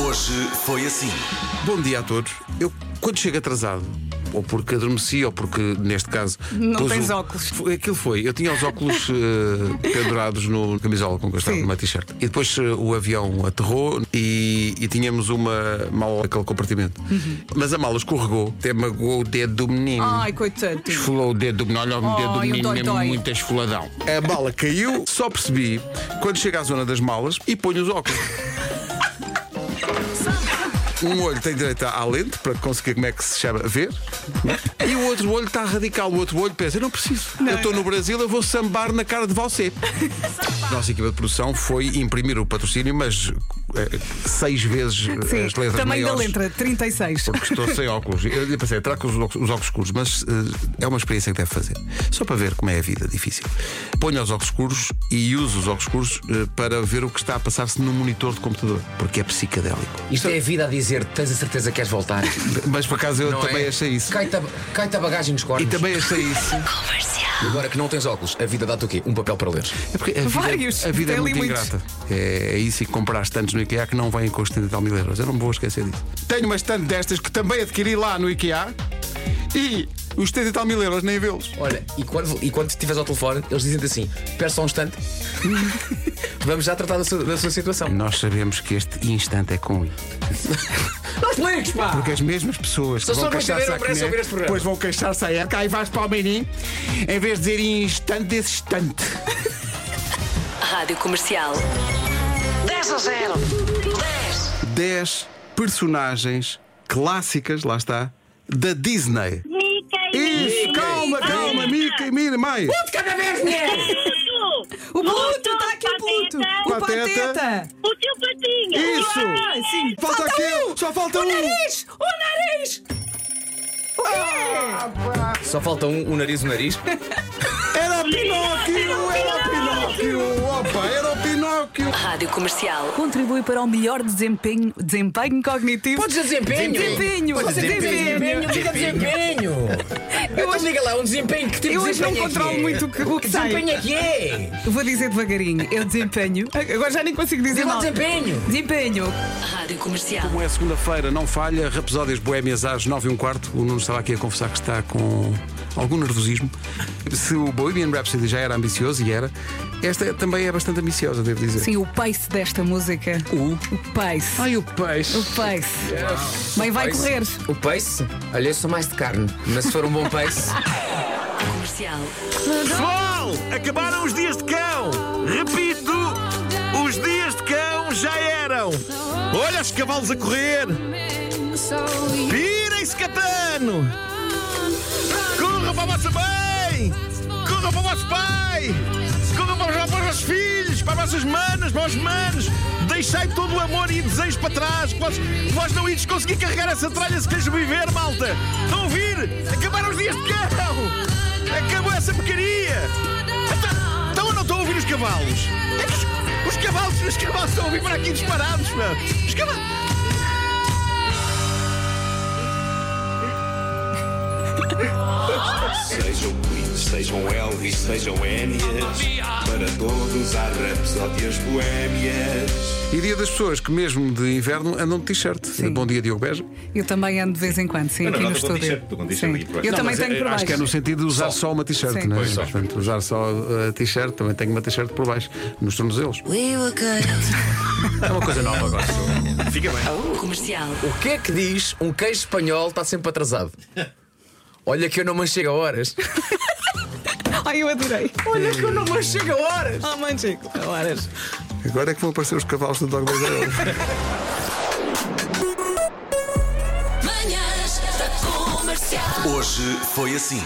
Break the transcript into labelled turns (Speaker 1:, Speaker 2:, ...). Speaker 1: Hoje foi assim.
Speaker 2: Bom dia a todos. Eu, quando chego atrasado, ou porque adormeci, ou porque, neste caso.
Speaker 3: Não
Speaker 2: pus
Speaker 3: tens
Speaker 2: o-
Speaker 3: óculos.
Speaker 2: Foi- Aquilo foi. Eu tinha os óculos eh, pendurados no camisola com que eu estava,
Speaker 3: Sim.
Speaker 2: numa t-shirt. E depois eh, o avião aterrou e, e tínhamos uma mala naquele compartimento. Mas a mala escorregou, até magoou o dedo do menino.
Speaker 3: Uhum. Ai, coitado.
Speaker 2: Esfolou o dedo do menino, olha o
Speaker 3: Oh,
Speaker 2: dedo do
Speaker 3: e o
Speaker 2: menino,
Speaker 3: dói,
Speaker 2: mesmo
Speaker 3: dói.
Speaker 2: muito esfoladão. A bala caiu, só percebi quando chego à zona das malas e ponho os óculos. Um olho tem direito à lente para conseguir como é que se chama ver, e o outro olho está radical. O outro olho pensa: eu não preciso, eu estou no Brasil, eu vou sambar na cara de você. Nossa equipa de produção foi imprimir o patrocínio, mas eh, seis vezes eh, as letras
Speaker 3: Tamanho da
Speaker 2: maiores.
Speaker 3: letra, 36.
Speaker 2: Porque estou sem óculos. Eu lhe pensei, trago os, óculos- os óculos escuros, mas eh, é uma experiência que deve fazer. Só para ver como é a vida difícil. Ponho os óculos escuros e uso os óculos escuros eh, para ver o que está a passar-se no monitor de computador, porque é psicadélico.
Speaker 4: Isto é a vida a dizer, tens a certeza que queres voltar.
Speaker 2: Mas por acaso eu
Speaker 4: Não
Speaker 2: também
Speaker 4: é?
Speaker 2: achei isso.
Speaker 4: Cai-te a, cai-te a bagagem nos
Speaker 2: E
Speaker 4: cornos.
Speaker 2: também achei isso.
Speaker 4: Agora que não tens óculos, a vida dá-te o quê? Um papel para ler.
Speaker 2: É porque a vida,
Speaker 3: Vários,
Speaker 2: a vida é
Speaker 3: tem
Speaker 2: muito
Speaker 3: limites.
Speaker 2: ingrata. É, é isso e comprar tantos no IKEA que não vêm com os 30 e tal mil euros. Eu não me vou esquecer disso. Tenho umas tantas destas que também adquiri lá no IKEA e os 70 e tal mil euros nem vê-los.
Speaker 4: Olha, e quando, e quando estiveres ao telefone, eles dizem-te assim: espera só um instante, vamos já tratar da sua, da sua situação.
Speaker 2: Nós sabemos que este instante é com I.
Speaker 4: Nós leigos, pá!
Speaker 2: Porque as mesmas pessoas que
Speaker 4: Só
Speaker 2: vão
Speaker 4: só não
Speaker 2: queixar-se à
Speaker 4: entenderam, parece
Speaker 2: Kinect,
Speaker 4: ouvir este programa.
Speaker 2: depois vão queixar-se à ERCA e vais para o menino em vez de dizer instante desse instante.
Speaker 5: Rádio Comercial.
Speaker 6: 10 a 0. 10.
Speaker 2: 10 personagens clássicas, lá está, da Disney. Isso, calma, calma, Mickey, Mira, mais.
Speaker 3: O Pluto, está aqui o Pluto. O
Speaker 2: Pateta.
Speaker 3: Pateta.
Speaker 7: O teu patinho!
Speaker 2: Isso!
Speaker 3: Ai, sim.
Speaker 2: Falta aquele, só falta
Speaker 3: O
Speaker 2: um!
Speaker 3: nariz! O nariz!
Speaker 2: Ah,
Speaker 4: Só falta um, o nariz, o nariz.
Speaker 2: Era Pinóquio, era Pinóquio, opa, era o Pinóquio.
Speaker 5: Rádio Comercial.
Speaker 3: Contribui para o melhor desempenho, desempenho cognitivo.
Speaker 4: Podes dizer desempenho!
Speaker 3: Desempenho,
Speaker 4: Podes dizer
Speaker 3: desempenho.
Speaker 4: desempenho! Diga desempenho! Eu hoje liga lá, um desempenho que tipo
Speaker 3: Eu
Speaker 4: de
Speaker 3: hoje não
Speaker 4: desempenho é que
Speaker 3: controlo
Speaker 4: é?
Speaker 3: muito o que- o que
Speaker 4: Que
Speaker 3: sai.
Speaker 4: desempenho é que é?
Speaker 3: Vou dizer devagarinho. Eu desempenho. Agora já nem consigo dizer
Speaker 4: Diga lá
Speaker 3: mal.
Speaker 4: desempenho!
Speaker 3: Desempenho.
Speaker 5: Rádio Comercial.
Speaker 2: Como é segunda-feira, não falha, Rapsódias Boémias às 9 e um quarto. O Nuno estava aqui a confessar que está com algum nervosismo. Se o Bohemian Rhapsody já era ambicioso, e era, esta é- também é bastante ambiciosa, devo dizer.
Speaker 3: Sim, o pace desta música.
Speaker 2: O...
Speaker 3: O pace.
Speaker 2: Ai, o peixe.
Speaker 3: O pace. Mãe vai
Speaker 4: Pace.
Speaker 3: correr.
Speaker 4: O pace? Olha, eu sou mais de carne, mas se for um bom pace.
Speaker 5: Comercial.
Speaker 8: Pessoal, acabaram os dias de cão. Repito, os dias de cão já eram. Olha os cavalos a correr. Virem-se, Catano. Corram para a vossa mãe. Corram para o vosso pai. Corram para os, para os vossos filhos, para as vossas manas, para os manos. Deixai todo o amor e desejo para trás. que Vós, que vós não ides conseguir carregar essa tralha se queres viver, malta. Estão a ouvir? Acabaram os dias de cão. Acabou essa porcaria! Então- Então eu não estou a ouvir os cavalos! É que os- Os cavalos, os cavalos estão a ouvir para aqui disparados, meu! Os cavalos!
Speaker 1: Sejam Queens, sejam Elvis, sejam Enias. Para todos há rapsódias boémias.
Speaker 2: E dia das pessoas que, mesmo de inverno, andam de t-shirt. Bom dia, Diogo Beja.
Speaker 3: Eu também ando de vez em quando, sim,
Speaker 8: não,
Speaker 3: aqui no
Speaker 8: não, estou com
Speaker 3: estúdio.
Speaker 8: t-shirt, estou com t-shirt
Speaker 3: Sim.
Speaker 8: aqui por baixo.
Speaker 3: Eu
Speaker 8: Não,
Speaker 3: também
Speaker 8: mas
Speaker 3: tenho
Speaker 8: é-
Speaker 3: por
Speaker 8: acho
Speaker 3: baixo.
Speaker 2: Que é no sentido de usar só, uma t-shirt,
Speaker 3: Sim.
Speaker 2: não é?
Speaker 3: Pois,
Speaker 8: só.
Speaker 2: Portanto, usar só a t-shirt, também tenho uma t-shirt por baixo, nos tornozelos.
Speaker 8: É uma coisa nova agora. Fica bem.
Speaker 5: Comercial.
Speaker 4: O que é que diz um queijo espanhol está sempre atrasado? Olha que eu não manchego a horas.
Speaker 3: Ai, eu adorei.
Speaker 4: Olha que eu não manchego a horas.
Speaker 3: Ah, manchego.
Speaker 2: Agora é que vão aparecer os cavalos do Dog Beja.
Speaker 5: Manhãs da Comercial.
Speaker 1: Hoje foi assim.